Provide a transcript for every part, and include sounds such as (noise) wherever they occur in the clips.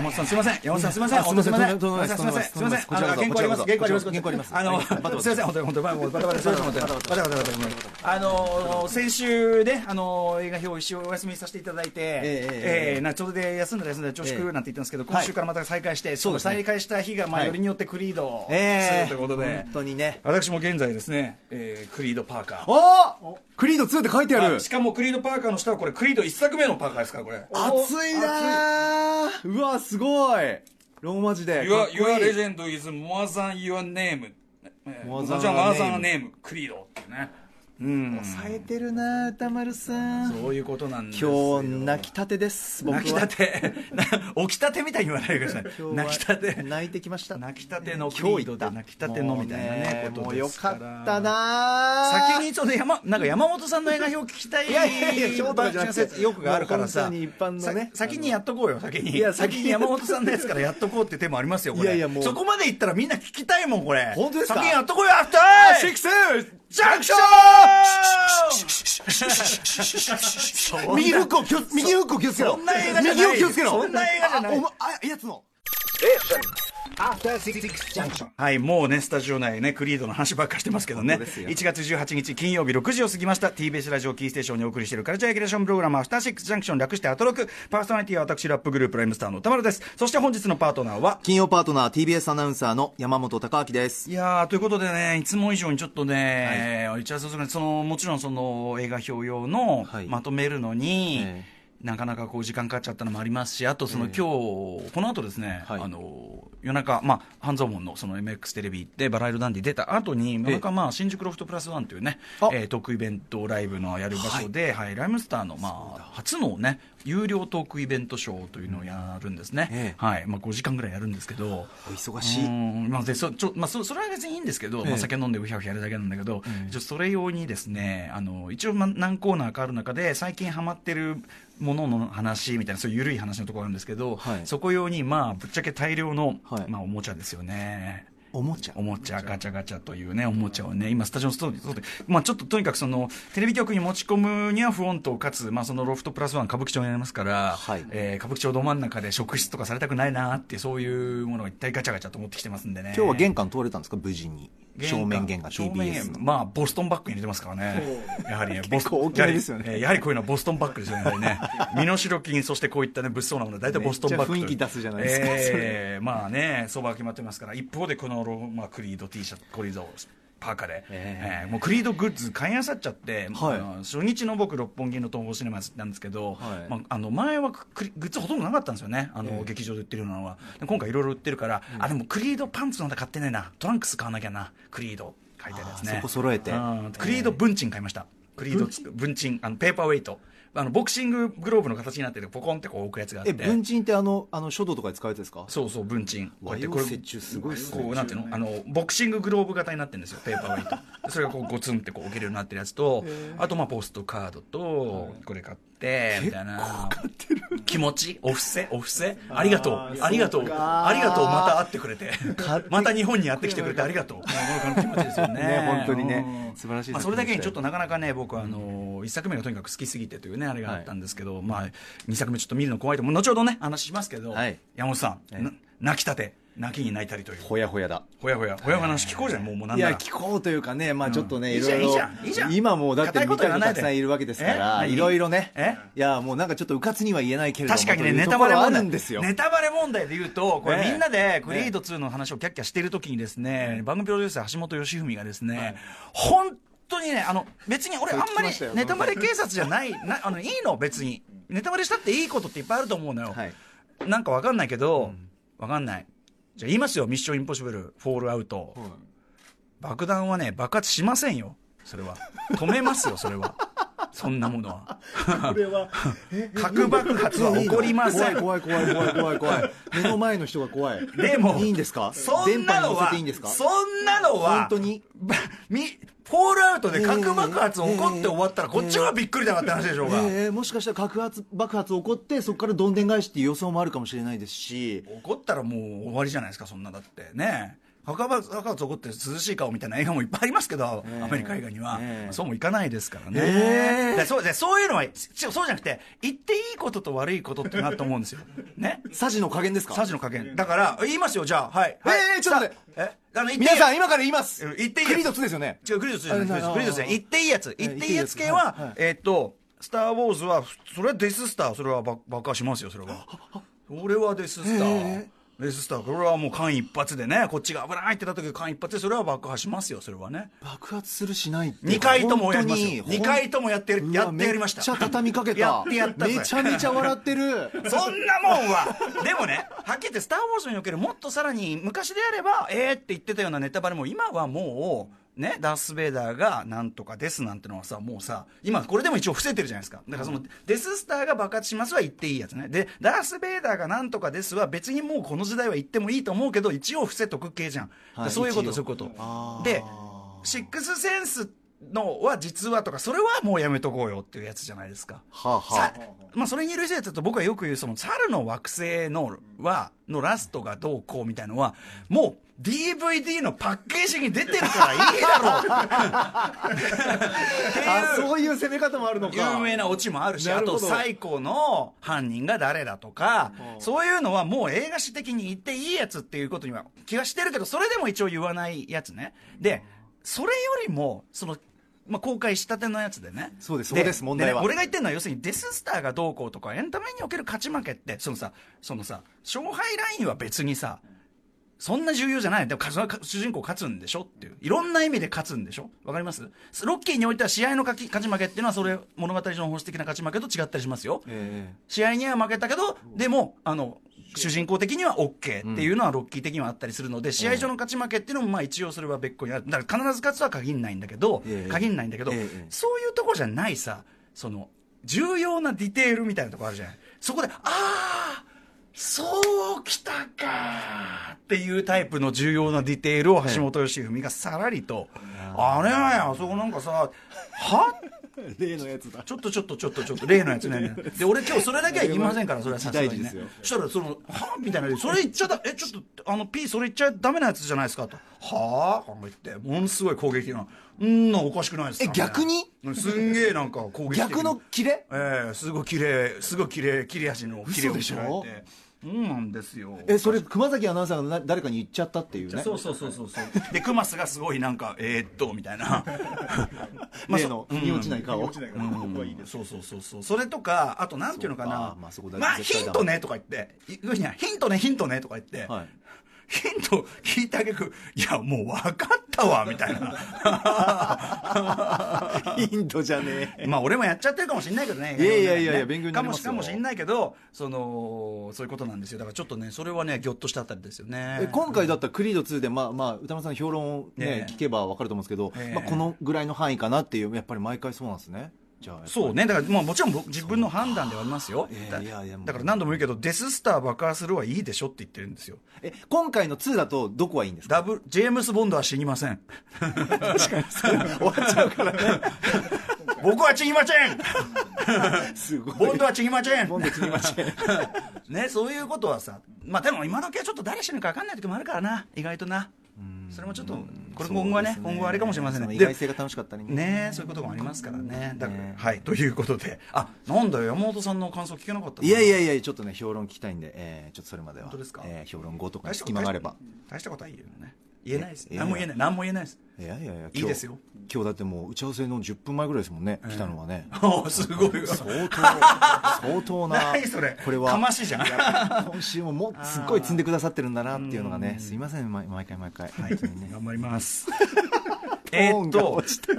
山本さんすみません山本さんすみませんすいません本当にとんでもないですすみませんすみませんすとみんでませんあのもないです原稿あります原稿ありますこちらこそ原稿ありますあのはいすみません本当に本当にバタバタすいません本当にバタバタバタバタバタあの先週ねあの映画表を一応お休みさせていただいてええーなちょうどで休んだら休んだら調子狂うなんて言ったんですけどええ今週からまた再開してそうですね再開した日がまあはいよりによってクリードをすえるえということで本当にね私も現在ですねえークリードパーカーおおクリード2って書いてあるあしかもクリードパーカーの下はこれクリード一作目のパーカーですからこれ熱いなーうわすごいローマ字で Your, かっこいい your legend is more than your name. More も than ちろん more than name name, クリードっていうね。うん。冴えてるなー歌丸さんそういうことなんです今よ。日泣きたてです僕は泣きたて、 (laughs) な起きたてみたいに言わないでください。今日は泣きたて。泣いてきました泣きたてのクリ今ー日行ドっでた泣きたてのみたいなねこもうとねでよすかかったらなー先にその山なんか山本さんの映画表聞きたいいやいやいや評価じゃなくてよくがあるからさもう本当に一般のねさ先にやっとこうよ先にいいやや先に先に山本さんのやつからやっとこうって手もありますよこれいやいやもうそこまでいったらみんな聞きたいもんこれ本当ですか先にやっとこうよアフタあーシシッッククススジャンクション右フックを気を右フックを気をつけろそんな映画じゃない右を気をつけろそんな映画じゃないあお前あやつのはい、もうね、スタジオ内ね、クリードの話ばっかりしてますけどね。本当ですよ1月18日金曜日6時を過ぎました。TBS ラジオキーステーションにお送りしているカルチャーエキュレーションプログラム、アフターシックスジャンクション略してアトロク。パーソナリティは私、ラップグループライムスターの歌丸です。そして本日のパートナーは、金曜パートナー TBS アナウンサーの山本貴明ですいやー、ということでね、いつも以上にちょっとね、打ち合わせをするのにその、もちろんその映画表用のはいまとめるのに、えなかなかこう時間かかっちゃったのもありますし、あとその、ええ今日、この後ですね、はいあの、夜中、まあ、半蔵門のその MX テレビ行って、バラエルダンディ出た後に、夜中、まあ、新宿ロフトプラスワンというねあ、えートークイベントライブのやる場所で、はい、ライムスターの、まあ、初のね、有料トークイベントショーというのをやるんですね。ええはい。まあ、5時間ぐらいやるんですけど、お忙しいうんまあ、でそちょまあ、そそれは別にいいんですけど、まあ、酒飲んでうひゃうひゃやるだけなんだけど、ちょそれ用にですねあの一応、ま、何コーナーかある中で最近ハマってるものの話みたいなそういう緩い話のところあるんですけど、はいそこ用に、まあ、ぶっちゃけ大量の、はいまあ、おもちゃですよね。おもちゃおもちゃガチャガチャというねおもちゃをね今スタジオの外で外でまあちょっととにかくそのテレビ局に持ち込むには不穏とかつまあそのロフトプラスワン歌舞伎町にありますから、はいえー歌舞伎町ど真ん中で職質とかされたくないなってそういうものが一体ガチャガチャと思ってきてますんでね今日は玄関通れたんですか無事に玄関正面玄関正面玄 TBS 関まあボストンバッグに入れてますからねやはり (laughs) ねボス構大きめですよねやはりやはりこういうのはボストンバッグですよねやはり (laughs) ね身の代金そしてこういったね物騒なものは大体ボストンバッグとめっちゃ雰囲気出すじゃないですかそえーまあね相場は決まってますから一方でこのローマクリード T シャツコリードパーカーで、ええーもうクリードグッズ買いあさっちゃって、はいあの初日の僕六本木の東宝シネマなんですけど、はいまあ、あの前はクリグッズほとんどなかったんですよねあの、劇場で売ってるようなのはで今回いろいろ売ってるから、あでもクリードパンツまだ買ってないなトランクス買わなきゃなクリード書いてあるやつあーねそこ揃えてうんクリード文鎮買いましたクリードつ文鎮あのペーパーウェイトあのボクシンググローブの形になっててポコンってこう置くやつがあってえ文鎮ってあのあの書道とかで使うやつですかそうそう文鎮こうやってこ和洋折衷すごいっすねこうなんていうのあのボクシンググローブ型になってるんですよペーパーウェイ (laughs) トでそれがこうゴツンってこう置けるようになってるやつとあとまあポストカードとこれ買ってみたいな気持ちお布施お布施ありがとうあーありがとうそっかありがとうまた会ってくれて買ってまた日本にやってきてくれてありがとうこの気持ちですよねね本当にねうん素晴らしいまあ作品でしたよそれだけにちょっとなかなかね僕はあの一作目がとにかく好きすぎてというねあれがあったんですけどまあ二作目ちょっと見るの怖いと思う後ほどね話しますけどはい山本さん、ええな泣きたて泣きに泣いたりというほやほやだほやほやほやほやの話聞こうじゃんもうもうないんなやら聞こうというかねまあちょっとうね、んいろいろいいじゃんいいじゃんいいじゃん今もうだって硬い見ことた言わな人たいでくさんいるわけですかえら何いろいろねえいやもうなんかちょっとうかつには言えないけれども確かにねというネとタこバろレはあ問る題んですよネタバレ問題で言うとこれねえみんなでクリード2の話をキャッキャしてる時にですね番組プロデューサー橋本良文がですね、本当にねあの別に俺あん聞まきりましたよネタバレ警察じゃないなあのいいの別にネタバレしたっていいことっていっぱいあると思うのよ、はいなんかわかんないけど、わかんないじゃあ言いますよ「ミッションインポッシブルフォールアウト」爆弾はね爆発しませんよそれは止めますよそれはそんなものはこれは核爆発は起こりません怖い怖い (laughs) 怖い怖い怖い怖い目の前の人が怖いでもいいんですかそんな電波にの乗せはていいんですかそんなのは本当にばみフォールアウトで核爆発起こって終わったらええこっちはびっくりだなって話でしょうが、ええもしかしたら核発爆発起こってそこからどんでん返しっていう予想もあるかもしれないですし起こったらもう終わりじゃないですかそんなだってね墓場墓場そこって涼しい顔みたいな映画もいっぱいありますけど、ええアメリカ以外には、ええそうもいかないですからね、ええでそうでそういうのはちそうじゃなくて言っていいことと悪いことってなると思うんですよねサジの加減ですかサジの加減だから言いますよじゃあはい、はいええちょっと待ってさえあの言っていい皆さん今から言います言っていいクリドツですよね違う、グリドスじゃない、グあリなドスなグリドスじゃない。言っていいやつ。え言っていいやつ系は、言ってえーっと、スター・ウォーズは、それはデス・スター、それはば爆破しますよ、それは。俺はデス・スター。デス・スター、これはもう間一髪でね、こっちが危ないってなった時間一発で、それは爆破しますよ、それはね。爆発するしないって2回ともやりますよ。本当に2回ともやってうる、わやってやりました。めっちゃ畳みかけたやってやったぜめちゃめちゃ笑ってる (laughs) そんなもんは、でもね、はっきり言って、スター・ウォーズにおけるもっとさらに昔であれば、えーって言ってたようなネタバレも、今はもう、ね、ダース・ベイダーがなんとかですなんてのはさ、もうさ、今、これでも一応伏せてるじゃないですか。だからその、デス・スターが爆発しますは言っていいやつね。で、ダース・ベイダーがなんとかですは別にもうこの時代は言ってもいいと思うけど、一応伏せとく系じゃん。はいそういうこ一と、応そういうことあ。ーで、シックス・センスのは実はとか、それはもうやめとこうよっていうやつじゃないですか。はあはさまあ、それに類するやつだと僕はよく言うその猿の惑星のはのラストがどうこうみたいのはもう DVD のパッケージに出てるからいいだろうあそういう攻め方もあるのか有名なオチもあるしなあるほどと最高の犯人が誰だとかうんそういうのはもう映画史的に言っていいやつっていうことには気がしてるけどそれでも一応言わないやつねでそれよりもその、まあ、公開したてのやつでねそうですそうです問題はね俺が言ってるのは要するにデススターがどうこうとかエンタメにおける勝ち負けってそのさそのさ勝敗ラインは別にさそんな重要じゃないでもかそれは主人公勝つんでしょっていういろんな意味で勝つんでしょわかりますロッキーにおいては試合の勝ち勝ち負けっていうのはそれ物語上の本質的な勝ち負けと違ったりしますよえ試合には負けたけどでもあの主人公的には OK っていうのはロッキー的にはあったりするので、試合上の勝ち負けっていうのもまあ一応それは別個にあるだから必ず勝つとは限らないんだけど、ええ限らないんだけど、ええそういうとこじゃないさその重要なディテールみたいなとこあるじゃないそこでああそうきたかっていうタイプの重要なディテールを橋本良文がさらりと「あれあそこなんかさはえ例のやつだちょっとちょっとちょっとちょっと例のやつ (laughs) ね。で俺今日それだけは言いませんからそれはさすが時にね代ですよ。そしたらそのはみたいなでそれ言っちゃだえちょっとあの P それ言っちゃダメなやつじゃないですかとはあとか言ってものすごい攻撃的なんなおかしくないですかえ逆にみたいなすんげえなんか攻撃的な逆のキレええすごい綺麗すごい綺麗切れ味の綺麗を嘘でしょられてそうなんですよえそれ熊崎アナウンサーがな誰かに言っちゃったっていうねそうそうそうそうそうでクマスがすごいなんかえー、っとみたい (laughs) なまあ例その腑に落ちない顔そうそうそうそうそれとかあとなんていうのかそうなかまあそこだけまあ絶対ヒンだトねとか言ってい言うじゃないヒントねヒントねとか言って、はいヒント聞いてあげくいやもう分かったわみたい (laughs) なヒントじゃねえまあ俺もやっちゃってるかもしれないけどねいやいやいや映画業界いやね勉強になりますよかもしかもしれないけどそのそういうことなんですよだからちょっとねそれはねぎょっとしたあたりですよねえ今回だったらクリード2で、まあまあ、歌丸さんの評論を、ねええ聞けば分かると思うんですけど、ええまあ、このぐらいの範囲かなっていう、やっぱり毎回そうなんですね、じゃあやっぱりそうね、だから、まあ、もちろん僕自分の判断ではありますよそうか、だいやいやいやもうだから何度も言うけど、デススター爆破するはいいでしょって言ってるんですよ、え今回の2だと、どこがいいん (laughs) ですか、ダブジェームス・ボンドは死にません、終わっちゃうからね、僕は死にません、すごい、ボンドは死にません、ボンド切りましたねね、そういうことはさ、まあ、でも今時はちょっと誰死ぬか分かんない時もあるからな、意外とな、それもちょっと、これ、今後はね、そうです今後はあれかもしれませんね。その意で外性が楽しかったりねねそういうこともありますからね。だからねはい。ということで、あ、なんだよ、山本さんの感想聞けなかったいやいや、やいや、ちょっとね、評論聞きたいんで、えーちょっとそれまでは、本当ですかえー評論5とか大にした隙間があれば、大したことは言えないね。言えないです。え何も言えない。何も言えないです。いやいやいや、今日いいですよ、今日だってもう、打ち合わせの10分前ぐらいですもんね、来たのはね。おーすごいわ相当相当な何それこれはかましじゃん今週ももうすっごい積んでくださってるんだなっていうのが (laughs) ねすいません毎毎回毎回、本当にね頑張ります (laughs) えーっトーンがと落ちて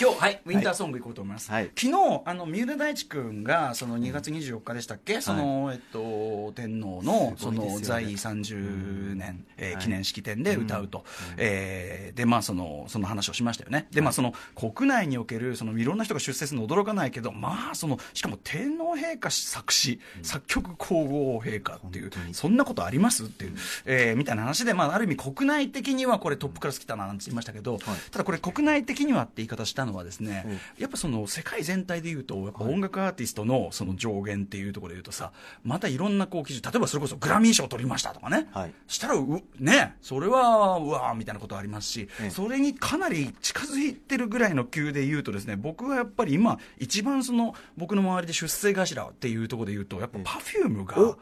今日はいウィンターソングいこうと思います、はい昨日あの三浦大知君がその2月24日でしたっけ、その、えっと、天皇のすそごいですよねの在位30年、えーはい記念式典で歌うと、えーでまあそのその話をしましたよねで、まあその国内におけるそのいろんな人が出世するの驚かないけどまあそのしかも天皇陛下作詞、作曲皇后陛下っていう本当にそんなことありますっていう、えーみたいな話で、まあ、ある意味国内的にはこれトップクラス来たななんて言いましたけど、ただこれ国内的にはって言い方したのはですね、やっぱその世界全体でいうとやっぱ音楽アーティストのその上限っていうところでいうとさまたいろんなこう基準例えばそれこそグラミー賞を取りましたとかね、はいしたらうねそれはうわーみたいなことありますし、ええそれにかなり近づいてるぐらいの級で言うとですね僕はやっぱり今一番その僕の周りで出世頭っていうところで言うとやっぱええ Perfume が、お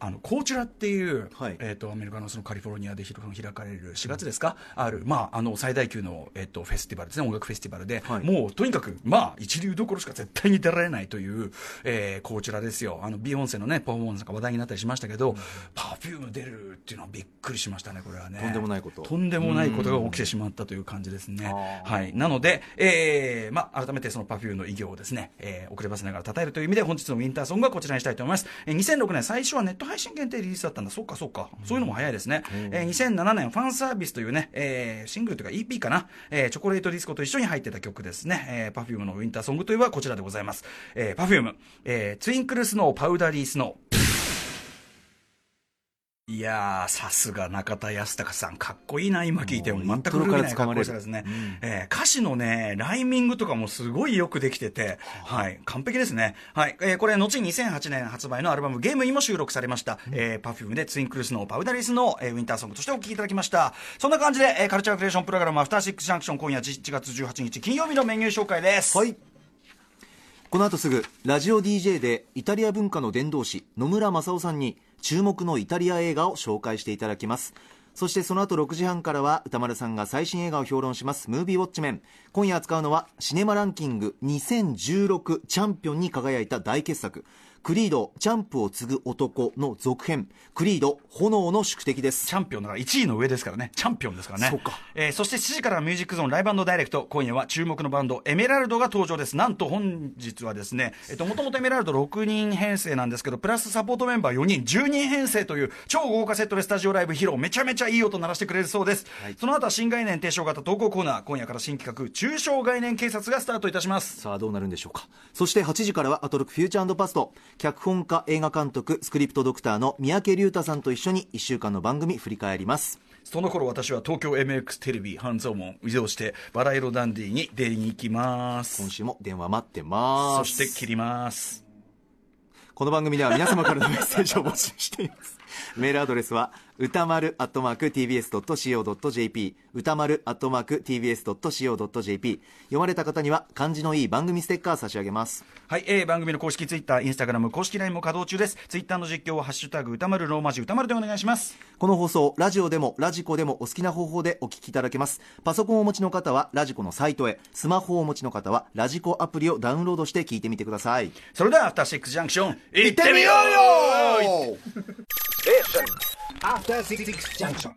あのコーチュラっていう、はいえー、とアメリカのそのカリフォルニアで開かれる4月ですか、ある、まあ、あの最大級の、えー、とフェスティバルですね、音楽フェスティバルで、はいもうとにかく、まあ、一流どころしか絶対に出られないという、えーコーチュラですよ、あのビヨンセの、ね、パフォーマンスが話題になったりしましたけど、パフューム出るっていうのはびっくりしましたね、これはね。とんでもないこととんでもないことが起きてしまったという感じですねあ。ーはい、なので、えーまあ、改めてその Perfume の偉業をですね、えー遅ればせながら称えるという意味で本日のウィンターソングはこちらにしたいと思います、えー2006年最初はネット配信限定リリースだったんだそうかそうかそういうのも早いですね、えー2007年ファンサービスというね、えーシングルというか EP かな、えーチョコレートディスコと一緒に入ってた曲ですね、えー、Perfume のウィンターソングといえばこちらでございます、えー、Perfume、えーツインクルスノーパウダリースノーいやー、さすが中田康隆さん、かっこいいな、今聞いても。もう全く古びないイントかロっこから掴まよれるさですね。えー歌詞のね、ライミングとかもすごいよくできてて、はい、完璧ですね。はい、えーこれ、後に2008年発売のアルバム、ゲームにも収録されました、えー、Perfume でツインクルスのパウダリスの、えーウィンターソングとしてお聴きいただきました。そんな感じで、えーカルチャークリエーションプログラム、アフターシックスジャンクション、今夜11月18日、金曜日のメニュー紹介です。はい。この後すぐ、ラジオ DJ でイタリア文化の伝道師、野村正夫さんに注目のイタリア映画を紹介していただきます。そしてその後6時半からは歌丸さんが最新映画を評論しますムービーウォッチメン今夜扱うのはシネマランキング2016チャンピオンに輝いた大傑作クリードチャンプを継ぐ男の続編クリード炎の宿敵ですチャンピオンだから1位の上ですからね、チャンピオンですからね。そうかえーそして7時からはミュージックゾーンライブダイレクト、今夜は注目のバンド、エメラルドが登場です。なんと本日はですね、えっと、もともとエメラルド6人編成なんですけど、プラスサポートメンバー4人、10人編成という超豪華セットでスタジオライブ披露、めちゃめちゃいい音鳴らしてくれるそうです。その後は新概念提唱型投稿コーナー、今夜から新企画、中小概念警察がスタートいたします。さあどうなるんでしょうかそして8時からはアトロックフューチャーパスト脚本家映画監督スクリプトドクターの三宅龍太さんと一緒に1週間の番組振り返りますその頃私は東京 MX テレビ、半蔵門、移動して、バラ色ダンディに出に行きます今。週も電話待ってまそすして切ります。この番組では皆様からのメッセージを募集しています。 (laughs) メールアドレスは、歌丸アットマーク tbs.co.jp、歌丸アットマーク tbs.co.jp、読まれた方には漢字のいい番組ステッカー差し上げます。はい、えー、番組の公式ツイッター、インスタグラム、公式 LINE も稼働中です。ツイッターの実況は、ハッシュタグ、歌丸ローマ字、歌丸でお願いします。この放送、ラジオでもラジコでもお好きな方法でお聞きいただけます。パソコンをお持ちの方はラジコのサイトへ、スマホをお持ちの方はラジコアプリをダウンロードして聞いてみてください。それでは、アフターシックスジャンクション、行ってみようよよ After Six Junction.